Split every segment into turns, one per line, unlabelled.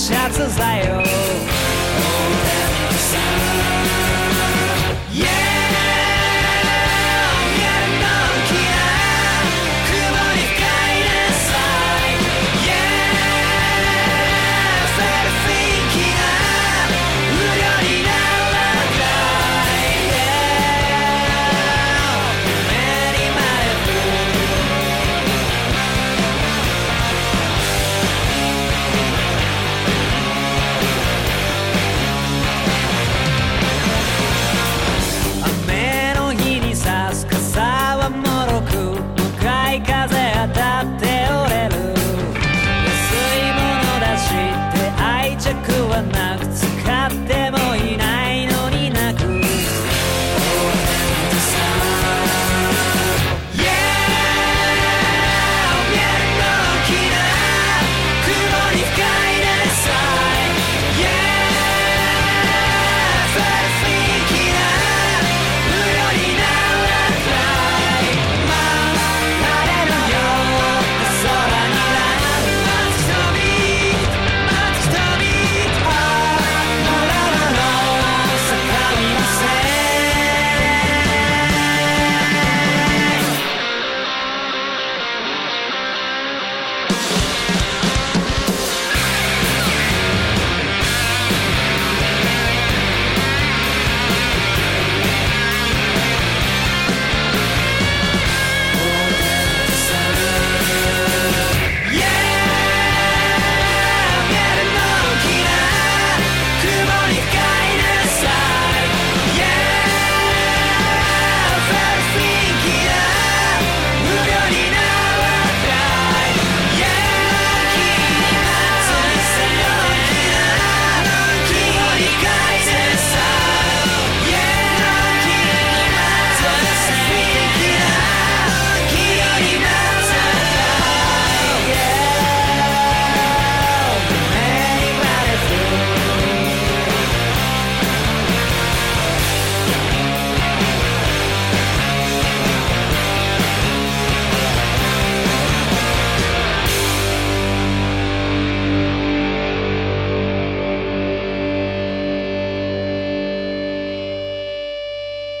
さいよ Yeah! 夜のきら雲に帰りなさい Yeah! セルフィー気が無料にならない Yeah! 夢に迷う雨の日にさす傘はもろく向かい風当たって折れる安いものだしって愛着はなく使ってもいないのになく Yeah! のきな雲に深いなさい Yeah! ファルフィーな無料にならないままれるように空にラン街飛び街飛びああラララ坂見ません「夜のきら雲に深いなす」「Yeah! ファルフィーキラ無料にならない」「Yeah! 君はそのせいのきら雲に返せさ」「Yeah! 君はそのせいのきら無料にならない」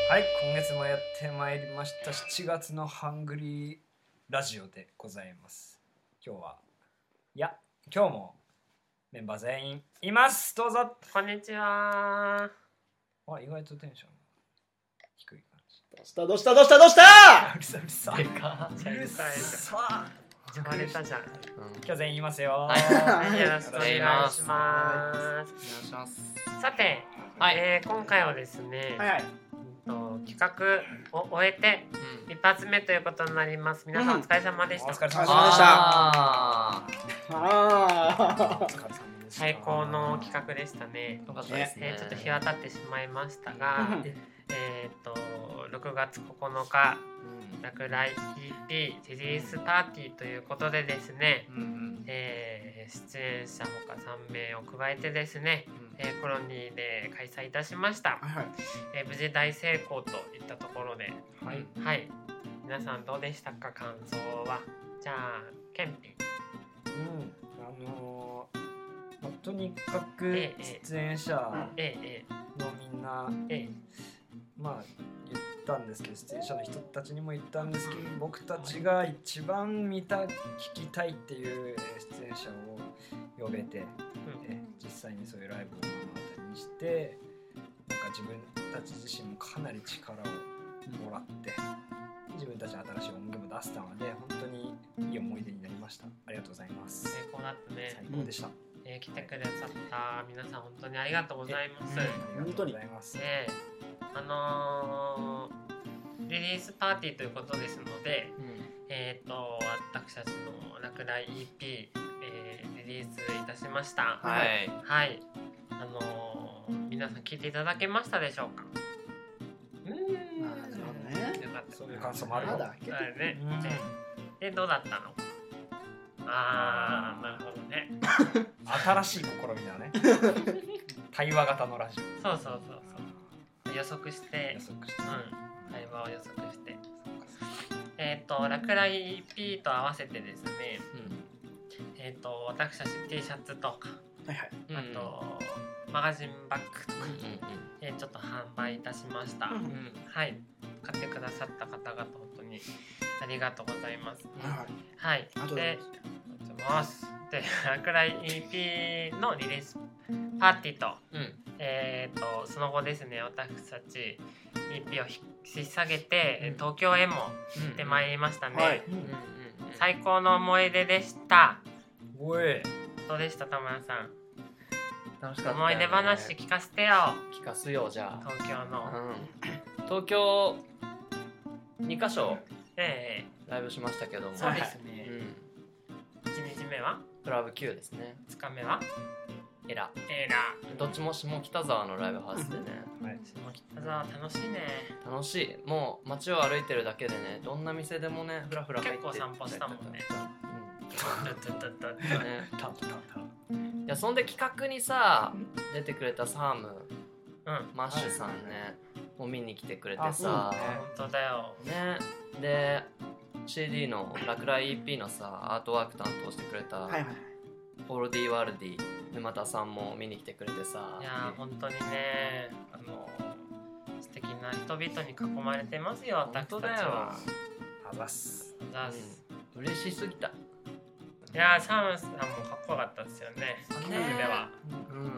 はい、今月もやってまいりました7月のハングリーラジオでございます。今日はいや今日もメンバー全員います。どうぞ。
こんにちは。
あ意外とテンション低い感じ。
どうしたどうしたどうしたどうした
あうるさいうるさ
で
い。
か
じゃあ、
うる
さ
さ
いじゃん。呼ばれたじゃん。
今日全員いますよ。
はい、よろしくお願いします。
お願いします
さて、
はい
えー今回はですね、
はいはい
と企画を終えて
うん
一発目ということになります。皆さん
うん
お疲れ様でし
お
た。
疲れ様で
お疲れ
し
様でした
た。
あ
あ
お疲れ様でした
最高の企画でしたね
ー。よかったですね
えーちょっと日は経ってしまいましたが、えっと6月9日
うん
落雷 EP リリースパーティーということでですね、
うんうん
えー出演者ほか3名を加えてですね、えーコロニーで開催いたしました、
はい
えー無事大成功といったところで
は
はい皆さんどうでしたか感想はじゃあケンピ
うん、あのーまあとにかく
ええ
出演者の
えーえ
みんな
ーえ
まあ言ったんですけど出演者の人たちにも言ったんですけど僕たちが一番見た聞きたいっていうえー出演者を呼べて
ーうん
えー実際にそういうライブを目の当たりにしてなんか自分たち自身もかなり力をもらって自分たちの新しい音楽も出せたので本当にいい思い出になりましたありがとうございます
成功だったね
最、高でした、
えー来てくださった皆さん本当にありがとうございます、
え
ね
ありがとうございます
えあのーリリースパーティーということですので、
うん
えー、と私たちの落雷 EP、えーリリースいたしました
は
はい
はいあのー皆さん聞いていただけましたでしょうかうーん
なるほどね
よかった
そういう感想もあるよ
まだ
そうだよね
うん
でどうだったのあーなるほどね
新しい試みだね対話型のラジ
そうそうそうそう予測し
オ
て
予測し
う
て
ん会話を予測してえっ、ー、と落雷 EP と合わせてですね
うん
えっ、と私たち T シャツとか
はいはい。
うん
あと、マガジンバッグとか、
うんうん
えーちょっと販売いたしました、
うん
うんうん
はい買ってくださった方々本当にありがとうございます、
はいはい。
はい
ありがとうござい
で
ます。
ありがとうございますで桜井 EP のリリースパーティーと
うん
えー、とその後ですね私たち EP を引っ下げて東京へも行ってまいりましたね、
はい。
うんうんうん
最高の思い出でした
おい
どうでした玉田さん、
楽しかったよ
思
ね
い出話聞かせてよ
聞かすよじゃ
東京
あ、
の、
うん、東京2か所
え
ライブしましたけども
えそう
はい
ですね、
うん、
1日目は
クラブ Q ですね
2日目は
エラ
えー、ら
どっちも下北沢のライブハウスでね
下北沢楽しいね
楽しいもう街を歩いてるだけでねどんな店でもねふらふら入って
結構散歩したもんねトゥトゥトゥトゥト
うん
ゥ
ね
たたた
いやそんで企画にさ出てくれたサーム
うん本
マッシュさんねもう見に来てくれて
あそう
さ
当だよ
ねで CD の「落雷 EP」のさアートワーク担当してくれた
はいはい。
オルディ・ワルディ沼田さんも見に来てくれてさ
いやー本当にねあの素敵な人々に囲まれてますよ私
本
た
当
ち
だよ
は
あざっす
ザース
嬉しすぎた
いやーサムさんもかっこよかったですよね
ね
では
うん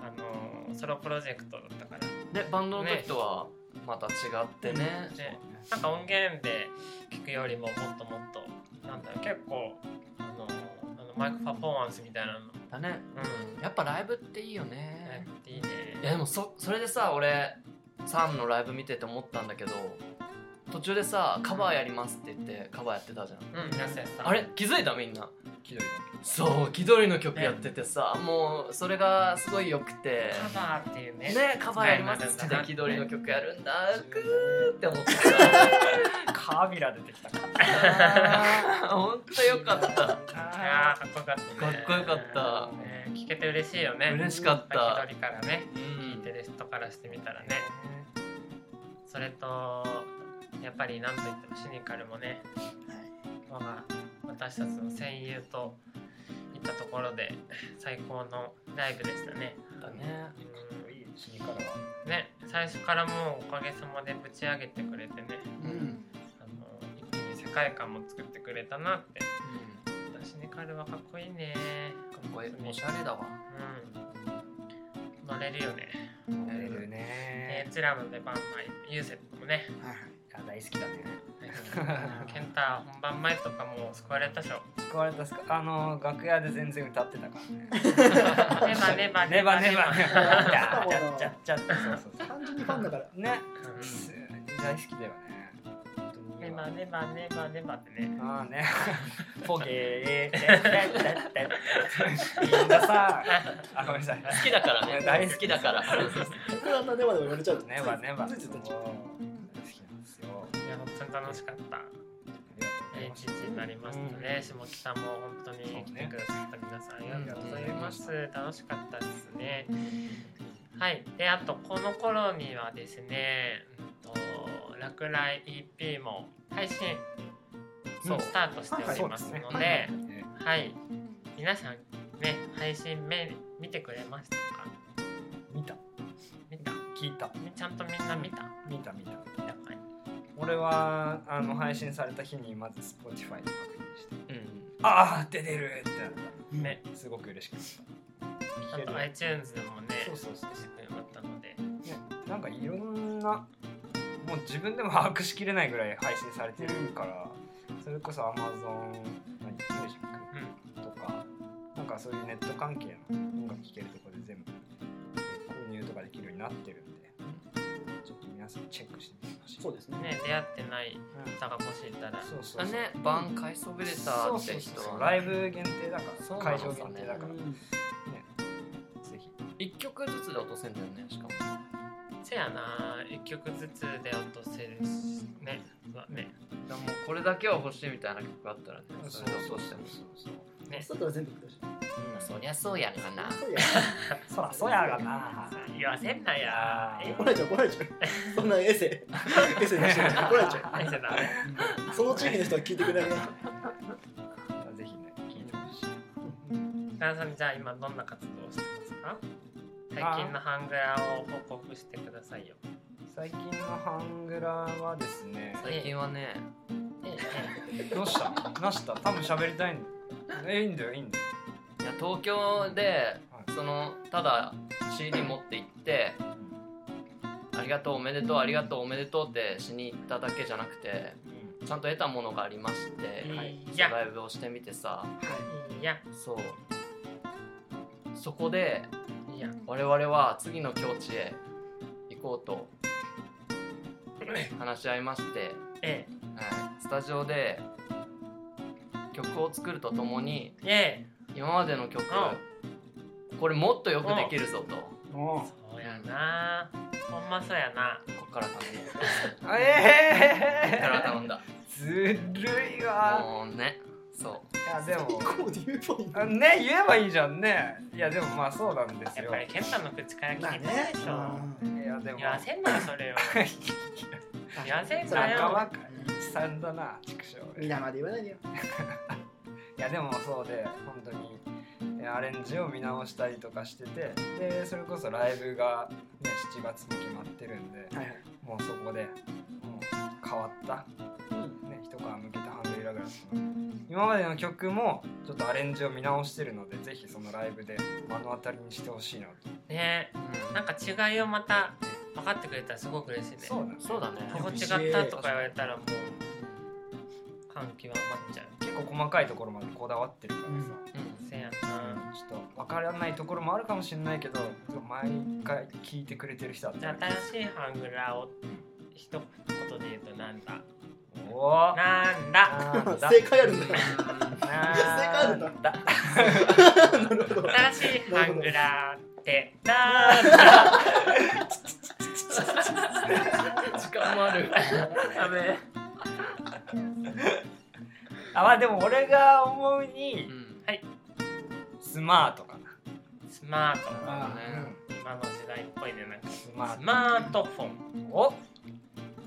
あのーソロプロジェクトだったから
でバンドの時とはまた違ってね
ねなんか音源で聞くよりももっともっとなんだろう結構あのーあのマイクパフォーマンスみたいなの
だね
うん
やっぱライブっていいよ
や
ね
っていいね
いやでもそそれでさ俺サムのライブ見てて思ったんだけど途中でさカバーやりますって言ってカバーやってたじゃん
うんやすやすさん
あれ気づいたみんな
気取り
そう気取りの曲やっててさもうそれがすごい良くて
カバーっていうね
ねカバーやります
使いま
好きで
で
気取りの曲やるんだ
だ
くーって思ってさ
だカービラ出てきたか
あーほんとよかった
いやーかっこよかったね
かっこよかった
ね聞けて嬉しいよね
嬉しかった
先取りからね
う
聞い
ん
てる人からしてみたらねそれとやっぱりなんといってもシニカルもね我が私たちの戦友といったところで最高のライブでしたね
だね
っこいい死にからは
ね最初からもうおかげさまでぶち上げてくれてね
うん
あの一気に世界観も作ってくれたなってシニカルはかっこいいね
かっこいいおしゃれだわ
うん乗れるよね
なれる
え
ね
ー、チラムでバンマイユーセットもね
はいはい。
あ大好きだね
ケンタ本番前とかもう救われたでしょ
救われたっすかあの楽屋で全然歌ってたから
ネ
ね
バネバ
ネバネバネバちゃっちゃっちゃっちゃそうそうそう
単純にファンだから。
ね
うん
普通に大好きだよね本当にい
ネ
いわ
バネバネバネバってね
ああねポゲーみんなさあごめんなさい
好きだからね
大好
好
き
きだから
僕は何でまでも言われちゃうと。
ネバネバ
ついつ
大好
い
き
つ
ないん
つ
で
い
すよ
いや本当に楽しかった
あり
え
がとうございま
一
す
日になりましたね、下北も本当に来てくださった皆さんありがとうございます、楽しかったですねはいであとこの頃にはですねうんと落雷 EP も配信
そう
スタートしておりますので、
ね
はい、皆さんね配信目見てくれましたか？
見た
見た？
聞いた
みちゃんとみんな見た？
見た見た
見たかい？
俺はあの配信された日にまず Spotify で確認して
うん
ああ出てるってなっ
ね、
たすごく嬉しかった
あと iTunes もね、
そうそうそう
少し分あったので、
ねなんかいろんなもう自分でも把握しきれないぐらい配信されてるから、それこそ Amazon 何ミュージックとか、なんかそういうネット関係の音楽聴けるところで全部、えー購入とかできるようになってるんで、ちょっと皆さんチェックしてみてほしい。
そうですね。
ね出会ってない
うん
方がもしいたら、
そうそうそ
だ
う。
ね晩買いそびれた
そう
っ
そ
て
うそう
人
そう
は
ライ
ね
ブ限定だから、
そうなの
会
さ
場限定だから、ね、ぜひ。
一曲ずつで落とせんだよねしかも
せやな一曲ずつで落とせるしね、そうだね、
いやもうこれだけは欲しいみたいな曲があったらねそれで落としてもいい
そうそう
ね、
そうだったら全部くだしい。
うんそりゃそうやがな
そうや。
そらそやがな。
言わせんなや。え
怒られちゃう怒られちゃう。そんなエセエセ出してると怒ら れちゃ
何してた？
う。その地域の人は聞いてくれない。
ぜひね、聞いてほしい。
だ川さんじゃあ今どんな活動をしてますか最近のハングラーを報告してくださいよ。
最近のハングラーはですね
最近はね
ええ
どうしたどうした多分喋りたいのえいいんだよいいんだよ
いや東京で
はい
そのただ CD 持って行ってありがとうおめでとうありがとうおめでとうってしに行っただけじゃなくてちゃんと得たものがありまして、
はい
そのライブをしてみてさ
ええいや
そうそこで
いや
我々は次の境地へ行こうと話し合いまして、
え
はい、スタジオで曲を作るとともに
ええ
今までの曲これもっとよくできるぞと
お
えそうやなほんまそうやな
こっから頼 んだこ
あ
っから
え
頼んだ
ー、 ずるいわ
もうねそ
いやでも
こうで言えばいい
あね言えばいいじゃんねいやでもまあそうなんです
やっ
よ
ぱりケンタの口から聞いてないでしょ、
いやでも
言わせんなよそれを言わせんな
仲
よ
間か一さんだな畜生い
皆まで言わないでよ
やでもそうで本当にえアレンジを見直したりとかしててでそれこそライブが、ね、7月に決まってるんで
はいはい
もうそこでもう変わった、ね、一皮向けたハンドリラグラスの今までの曲もちょっとアレンジを見直してるのでぜひそのライブで目の当たりにしてほしいなと
ね
う、うん
なんか違いをまた分かってくれたらすごく嬉しいね
そうなんです
そうだね
ここ違ったとか言われたらもう感極まっちゃう
結構細かいところまでこだわってるからさ、
うん
せやな
ちょっと分からないところもあるかもしれないけど毎回聞いてくれてる人だっ
じ
た
ゃ
ら
あ新しいハングラーを一言で言うとなんだ
おお
なんだ
なんだ
正解あるんだよ
なんだ
なるほど
新しいハングラーってなんだ
時間もある
ダメ
あまあでも俺が思うに
うん
スマートかな
スマート
あ
今の時代っぽいねなんか
スマー
ス
ト
マートフォン
お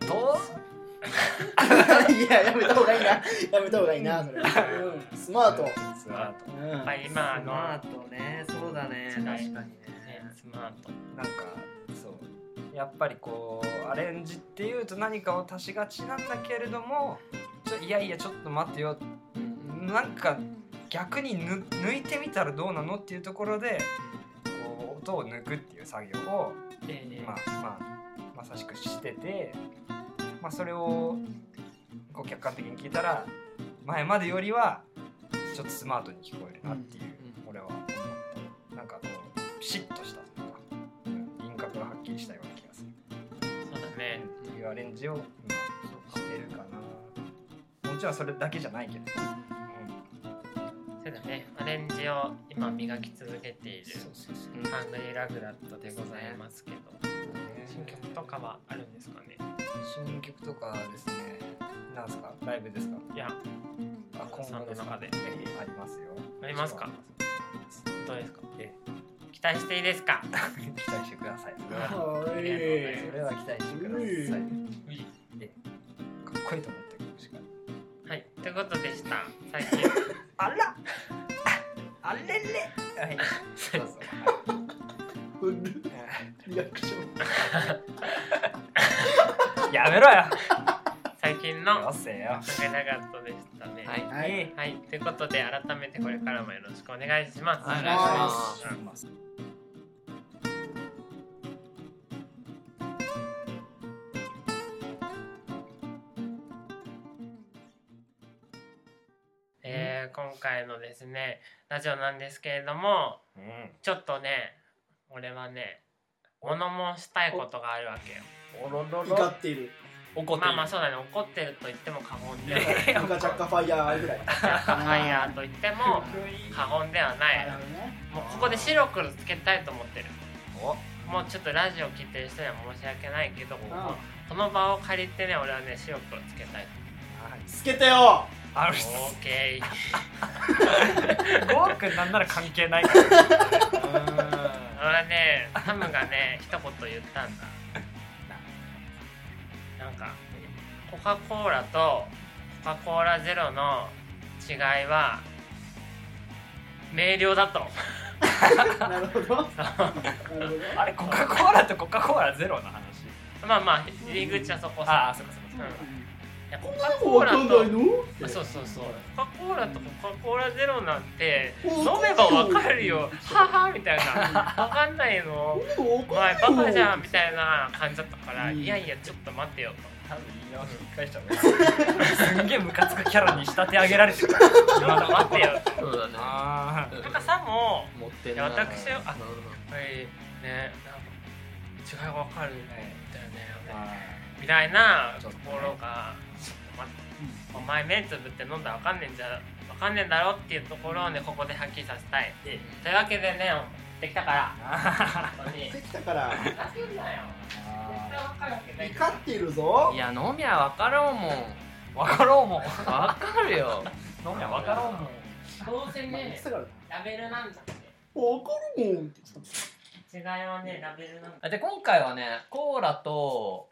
と
あいややめた方がいいなやめた方がいいなそれうんスマート
スマート
うん
やっぱり今あの
トねそうだね
確かに
ね
ねスマート
なんかそうやっぱりこうアレンジっていうと何かを足しがちなんだけれどもちょいやいやちょっと待ってよ
うん
なんか逆にぬ抜いてみたらどうなのっていうところでこう音を抜くっていう作業を、
ええ
まあまあ、まさしくしてて、まあ、それをこう客観的に聞いたら前までよりはちょっとスマートに聞こえるなっていう、
うん
俺は思ったなんかこうピシッとしたというかうん輪郭がはっきりしたような気がする
そうだね
っていうアレンジを今してるかなもちろんそれだけじゃないけど、
そうだねアレンジを今磨き続けている
そうそう
うん
ハングリーラグラットでございますけど新曲とかはあるんですかね
新曲とかですねなんですかライブですか
いや
あ今
さん
後
の
ですか
中で
ええありますよ
ありますかどうですか
え
期待していいですか
え 期待してください
は
そ
い
れは期待してくださいかっこいいと思ってくるしか
はいということでした最近
あらあれれはいそうそう
フルリアクション
はいやめろよ
最近のハ
よ
ン
せ
グ
よ
リーラグラットでしたね
はい
は
え
い
え
はい、ということで改めてこれからもよろしくお願いします。
お願いし
ます
します
えー今回のですねラジオなんですけれども
うん
ちょっとね俺はね物申したいことがあるわけよ。
おろろ
怒
ろ
っている
怒
まあまあそうだね怒ってると言っても過言 ではない。
ガチャッカファイヤーぐらい
ジャッカファイヤーと言って も過言ではない
なる。ほどね
もうここで白黒つけたいと思ってる。
お
もうちょっとラジオ聞いてる人には申し訳ないけどこ
あ
この場を借りてね俺はね白黒つけたい と
つけてよ
ある
思う。オーケー。
ゴーくんなんなら関係ないから
俺はねハムがね一言言った んだなんかコカ・コーラとコカ・コーラゼロの違いは明瞭だと
なるほど。なるほど。
あれコカ・コーラとコカ・コーラゼロの話
まあまあ入り口はそこ
あ
さ
あそっかそっか
うんいやコ
な
カ・
んか
コー
わ
ラ
かん
と
ないの
あそうそうそうコカ・コーラとコカ・コーラゼロなんて
お
飲めばわかるよははみたいなわかんないの
お
お前バカじゃんみたいな感じだったからいやいやちょっと待ってよと
多分言い直し一回したねすんげえムカつくキャラに仕立て上げられてるから
ちょっと待ってよと
そうだね
あ
うん
高さも
持ってん
いや私はあ
なるほど
やっぱりねなんか違いがわかるんだよね
ーあ
みたいなところが、ちょっと待ってお前目つぶって飲んだらわかんねえんじゃわかんねえんだろっていうところをねここではっきりさせたいというわけでねできたから
あ
本当に
できたから
助けんなよ絶対わかるわけない
怒っているぞ
い。や飲みゃ分かろうもん
分かろうもん
分かる よ
飲みゃ分かろうもん
どうせ
まあ言っ
ね
てたからな
ラベルなんだって
わかるもんって言って
違いはねラベルなんだ
で今回はねコーラと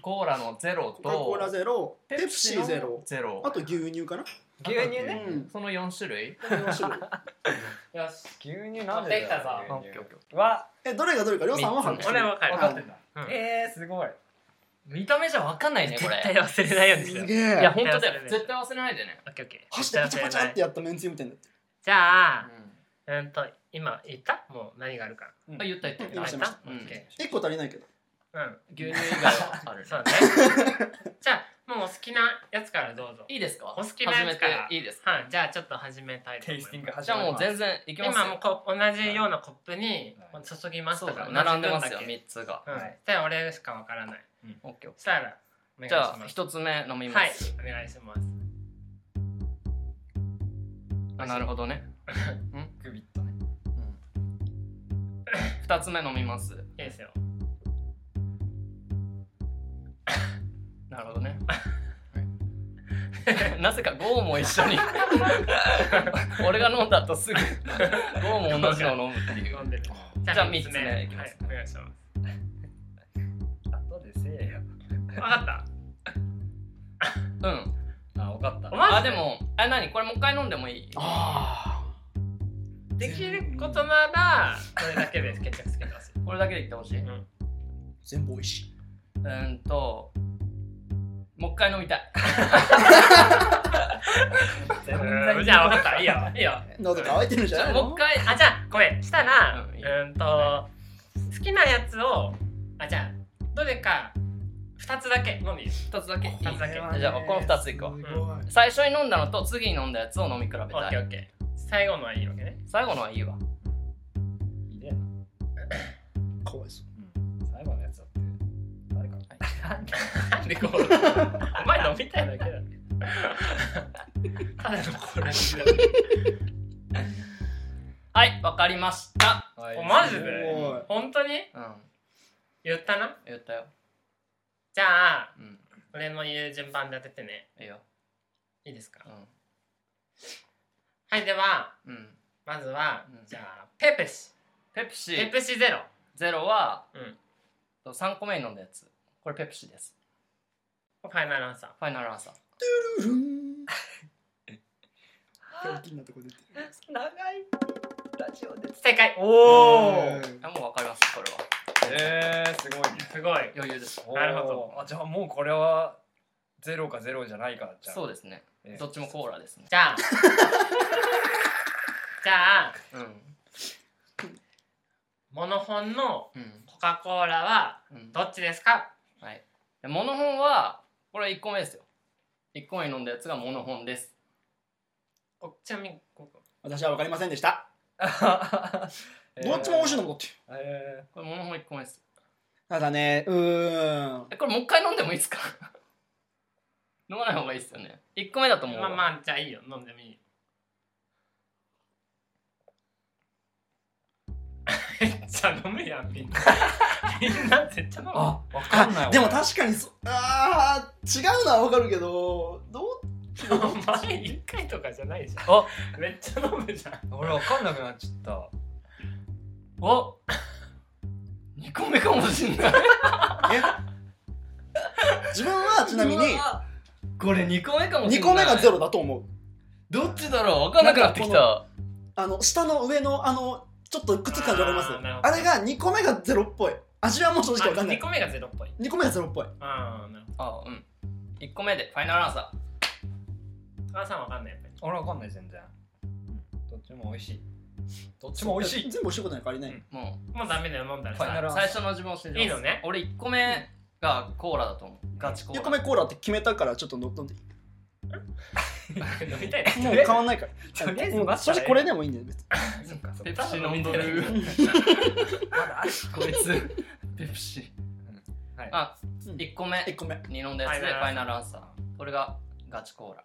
コーラのゼロ
た。コカ・コーラ
と
ゼロ、ペプシーゼ
の
ロ、
ゼロ
あと牛乳かな。
牛乳ね
うん。
その4種類
四種類
よし
牛乳なんでだよ
持ってきたぞ
牛乳は
え、どれがどれか、りょうさんは
三
判
つ
定して
ね
俺
る。
はわかる
分かってんだ
うん
えーすごい
見た目じゃ分かんないねこ
絶対
れ
忘れないようにし
す
よう
げえ。
いや本当だよ
絶
絶対忘れないでね
オッケーオッケー
箸でパチャパチャってやっためんつゆみたいになって
じゃあ
う
うんと今言ったもう何があるか
んあ言った言った
言いました
あ
言い
言っ
ました
た
る。一個足りないけ
オッケ
ど。
ーうん
牛乳以外はあ る
そうね。じゃあもうお好きなやつからどうぞ。
いいですか
お好きなやつから
始めていいですか
はい、じゃあちょっと始めたいと
テ
思
イ
い
ス
ます
ティング。始
じゃ
ま
あ
り
もう
ます
全然いきます
今もうこ同じようなコップに
はい
注ぎます
そう
と
だ
か同じ分だけ、
ね並んでますよ3つが
うん
はい。
じゃあ俺しかわからない。
オッケーオッケ
したらお願
ー
い
じ
し
ゃあ
ます。
1つ目飲みま
はい
す、
お願いします。
あなるほどね
グビッとね
2つ目飲みます
いいですよ。
なるほどね なぜかゴーも一緒に俺が飲んだ後すぐゴーも同じのを飲むっていう
飲んでる。
じゃあ三つ目
はい
いきま
は
す
い、お願いしま
後でせえよ
す。わかった。
うん
あ分かった
お
あ
前
でもあ何これもう一回飲んでもいい
あ
できることならこれだけで決着つけてほしい。
これだけでいってほしい
うん
う
あ。全部美味しい。
ーんともう一回飲みたい
全
うんじゃあ分かった。いいよいいよ。
喉乾いてるんじ
じ
ゃ
ゃ
な
あ
い
もう
の
一。回
あじゃあこれしたら
うんいいうよ
んと好きなやつをあじゃあどれか二つだけ飲んでいいです
2つだけいい
二つだけ
じゃあこの2ついこう
う
最初に飲んだのと次に飲んだやつを飲み比べ
オッ
た
ケー
い
オッケー最後のはいいわけね
最後のはいいわ
いいね
かわいそう。
最後のやつだって誰か
なんでこうお前飲みたいだけだね ただのこれ
はいわかりました
はい
おマジで
おい
本当に
うん
言ったな
言ったよ
じゃあ
うん
俺の言う順番で当ててね
いいよ
いいですか
う
はいでは
んうん
まずは、
うん
じゃあペプシ
ペプシ
ペプシゼロ
ゼロは、
うん
と3個目に飲んだやつこれペプシです
ファイナルアンサー
ファイナルアンサ
ルルン。大きなとこ出てる。
ー長いラジオで
正解
おお
あもう分かりますこれは
えー、すごいね
すごい
余裕です
なるほど
おーあじゃあもうこれはゼロかゼロじゃないかじゃあ
そうですね、
えー
どっちもコーラですね
じゃあ じゃあ
うん
モノホンの
うん
コカ・コーラは
うん
どっちですか
はいでモノホンはこれ1個目ですよ1個目に飲んだやつがモノホンです
こちなみにここ
私はわかりませんでした。どっちも美味しいのもってる。
え
これモノホン1個目です
ただね、うーん。
えこれもう一回飲んでもいいですか 飲まない方がいいですよね1個目だともう
まあまあじゃあいいよ飲んでもいいよ めっちゃ飲むやんみん なみんな絶対飲む
あわかんない
あ、でも確かにそ、あー違うのはわかるけど、どう
お前一回とかじゃないじゃん
あ
めっちゃ飲むじゃん
俺わかんなくなっちゃった
お2個目かもしんない
自分 はちなみに
うわこれ2個目かもしれない
2個目がゼロだと思う。
どっちだろう分かんなくなってきた
あの下の上のあのちょっとくっつく感じわかります
あーなるほど
あれが2個目がゼロっぽい味はもう正直わかんない
2個目がゼロっぽい
2個目がゼロっぽい
ああなるほ
あうん1個目でファイナルアンサ
ど母さんわかんないやっぱり
俺わかんない全然どっちも美味しいどっちも美味し
全
い
部美味しいことないから変わりない、
ーも
もうダメだよ飲んだら
ファイナ
さ
ル
う最初の自分を教えて
いいのね
俺1個目がコーラだと思うガチコー
2
ラ
個目コーラって決めたからちょっと乗っとんで
飲みた いな
もう変わんないから
とりあえず
もう
待った
正
ら
直これでもいいんだよ別に
そっかそっ
ペ
か
プシ飲んどる
まだある
こいつ ペプシ
はい
あ
うん
1個目
1個目
に飲んだやつでファイナルアンサーこれがガチコーラ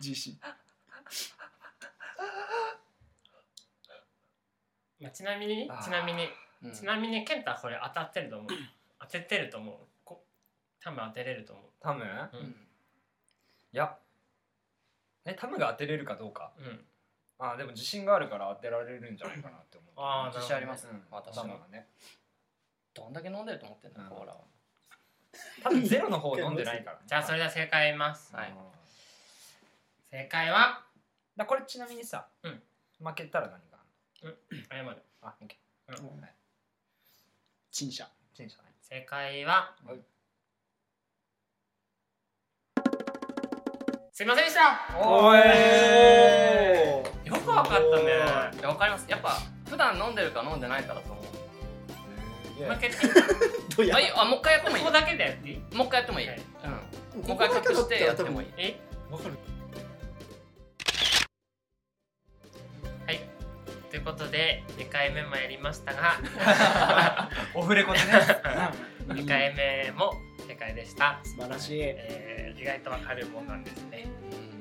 GC
まあちなみに
あー
ちなみに
うん
ちなみに健太はこれ当たってると思う当ててると思うこ多分当てれると思
タム
う
う
うんん、
いやえタムが当てれるかどうか
うん、
あでも自信があるから当てられるんじゃないかなって思う
ああなるほど
自信あります
うん
私
タム
も
がね
どんだけ飲んでると思ってんだ
うん
コーラは
多分ゼロの方飲んでないからね
じゃあそれでは正解言います、
はい
うんだか
正解は
らこれちなみにさ
うん
負けたら何が
謝る
あオッケ
う
ーはい
陳謝
チンじゃない
正解は、
はい
すいませんでした
おえ
よくわかったね
いやわかりますやっぱ普段飲んでるか飲んでないかだと思う
もう一回やって
どうや
あいいあもう一回やっても
みて
いい
ここだけでやっていい
もう一回やってもいい、
はい
うん
こ
もう
こだ
一回
け
隠
だ
し
ってて
や
やっ
って
て
も
も
い
い
い
い
え
わかる
はいということで2回目もやりました が
オフレコでね
2回目も正解でした、
素晴らしいで
えー、意外とわかるもんなんですね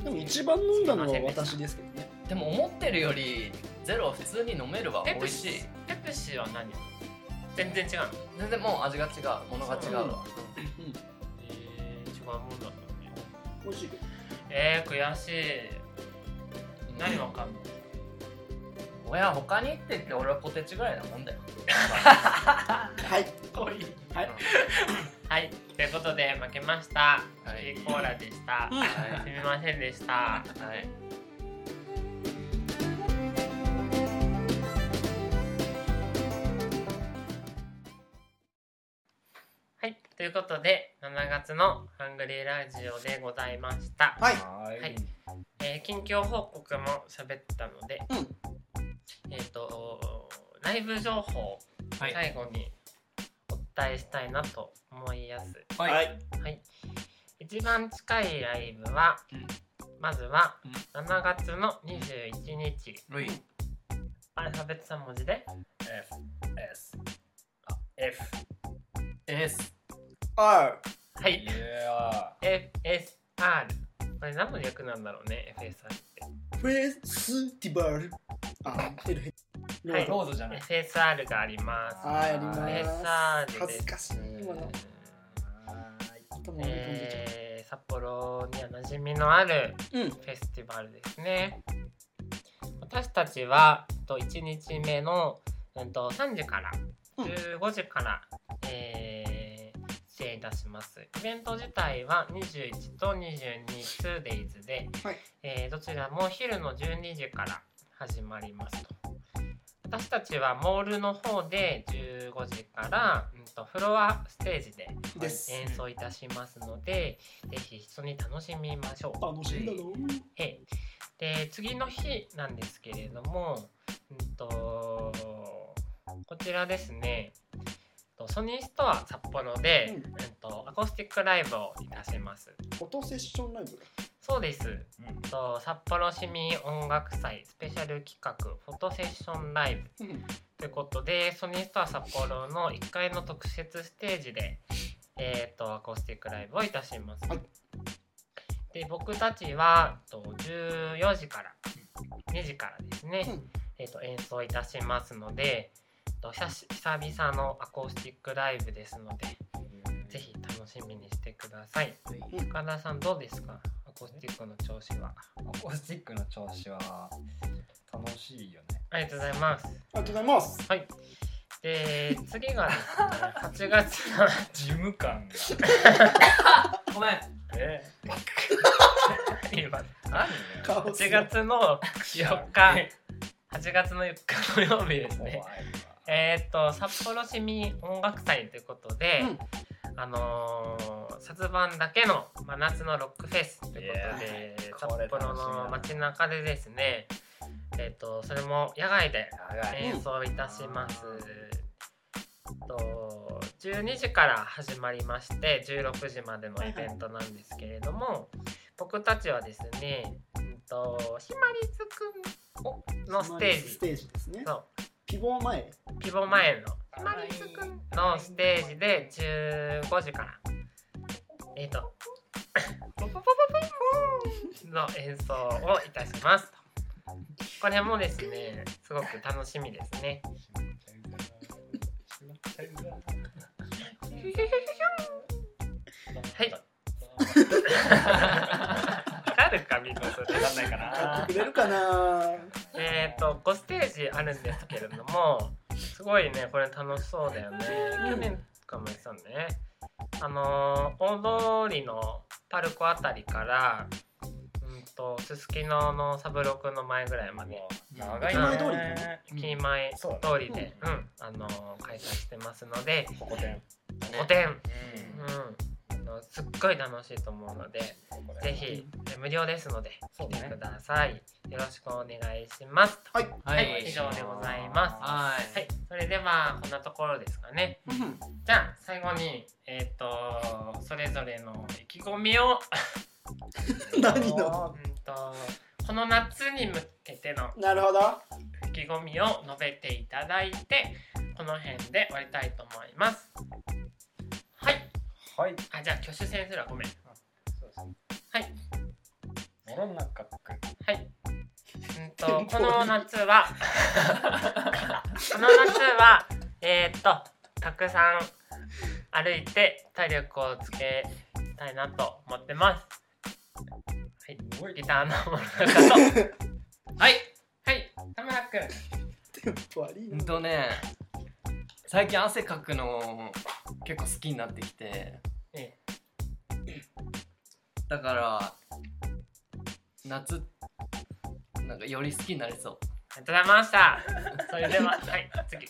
うん
も一番飲んだのは私ですけどね
でも思ってるよりゼロは普通に飲めるわ
ペ
美
プ
味しい
シペプシは何全然違うの
全然もう味が違うものが違う
そう
わ
えー、違うもんだったのね
美味しいけど
えー、悔しい何わかんない
親他に行ってって俺はポテチぐらいなもんだよ
はい
濃い
はい
はいということで負けました、
はい
コーラでした、
うん
は
す
い
みませんでした
はい
はいということで7月のハングリーラジオでございました、
はい
は
はいえー近況報告も喋ったので、
うん
えっ、とライブ情報を
はい
最後にお伝えしたいなと思いやす、
はい
はい
はい、一番近いライブは、
うん
まずは
うん
7月の21日、
ルイ
アルファベット3文字で
F S あ F
S
R
はいい
や
FSR これ何の略なんだろうね FSR って
フェスティバルあエルヘロ
は
ー
い
ーロードじゃない
FSR があります
はいあります
フェスターで
恥ずかしい今の頭が飛んで
えー札幌には馴染みのある
ちゃううん
フェスティバルですね私たちはえっと1日目の、うん、と3時から
うん
15時から、えー出演いたしますイベント自体は21と 22days で、
はい
えーどちらも昼の12時から始まりますと私たちはモールの方で15時から、うん、とフロアステージで
です
演奏いたしますので、ぜひ一緒に楽しみましょう。
楽しいだろう
ええで次の日なんですけれども、うん、とこちらですねとソニーストア札幌で、
う
うんとアコースティックライブをいたします。
フォトセッションライブ
そうですと札幌市民音楽祭スペシャル企画フォトセッションライブ
うん
ということでソニーストア札幌の1階の特設ステージで、えー、とアコースティックライブをいたします、
はい
で僕たちはと14時から2時からですね、
うん
えー、と演奏いたしますのでと久し久々のアコースティックライブですのでぜひ楽しみにしてください
うん
高田さんどうですかアコースティックの調子は
アコースティックの調子は楽しいよ ね
ありがとうございます
ありがとうござい ます
はいで 次がですね8月の
事務官が
ごめん
えー今
何
顔
8
する
月の4日8月の4日土曜日です
怖い
ね
わ
えー、と札幌市民音楽祭ということで、あのー、殺番だけの真夏のロックフェスということで
いやーこれ
札幌の街中でですねえー、とそれも野外で
長い
演奏いたします。と12時から始まりまして16時までのイベントなんですけれども僕たちはですね、うん、とひまりつくんをのステ
ス
ージ
テージですね
そう
ピボン前
ピボ前のひまりつくんのステージで15時からえっ、とポポポポポンの演奏をいたしますとこれもですねすごく楽しみですねはいわかるかみんなそれ
わかんないか
買っ
な
てくれるかな
えっ、と5ステージあるんですけれどもすごいねこれ楽しそうだよね去年かもやってたんだねあのー大通りのパルコあたりからうんとすすきののサブロクの前ぐらいまで
長い
駅前
通り
ね
駅前
そうだ
通りで、うんあのー開催してますので
ここで
5点、
うん
うん、あのすっごい楽しいと思うので
ここで
ぜひえ無料ですので
そ
来
うね
てください、よろしくお願いします
はい
は
はいい、以上でございます。は、
はい
それではこんなところですかね。じゃあ最後にえっ、とそれぞれの意気込みを、
何の
うんとこの夏に向けての
なるほど
意気込みを述べていただいて、この辺で終わりたいと思います。はい、
はい
あじゃあ挙手先生はごめん。
そうそう
はい
世の中区
はい。うん とこの夏は この夏はえー、っとたくさん歩いて体力をつけたいなと思ってます。はい、ギターの森中と はいはい田村くん
テンポ悪い
うん
な
とね最近汗かくの結構好きになってきて
ええ
だから夏なんかより好きになりそう
ありがとうございました。それで ははい次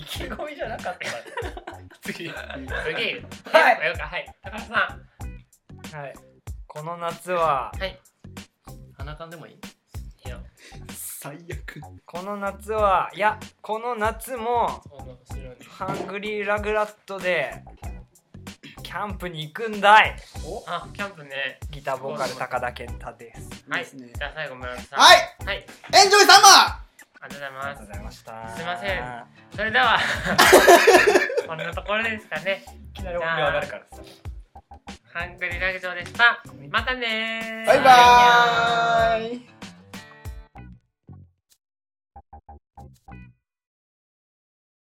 意気込みじゃなかった
次次はい
はい
はい高田さ
はいこの夏は
んはい
鼻かんでもいい
いいよ
最悪
この夏はいやこの夏も
その後ろに
ハングリーラグラットでキャンプに行くんだい
あキャンプね
ギターボーカル高田健太です
はい
い
い
ですね
じゃあ最後村木さん
はい
はい
エンジョイサンバ
ありがとうございます。
ざいました
すいませんそれでは、こんなところですかね。
いきなり音量上がるからさ
ハングリラグジョーでした。またねー。
ーバイバーイ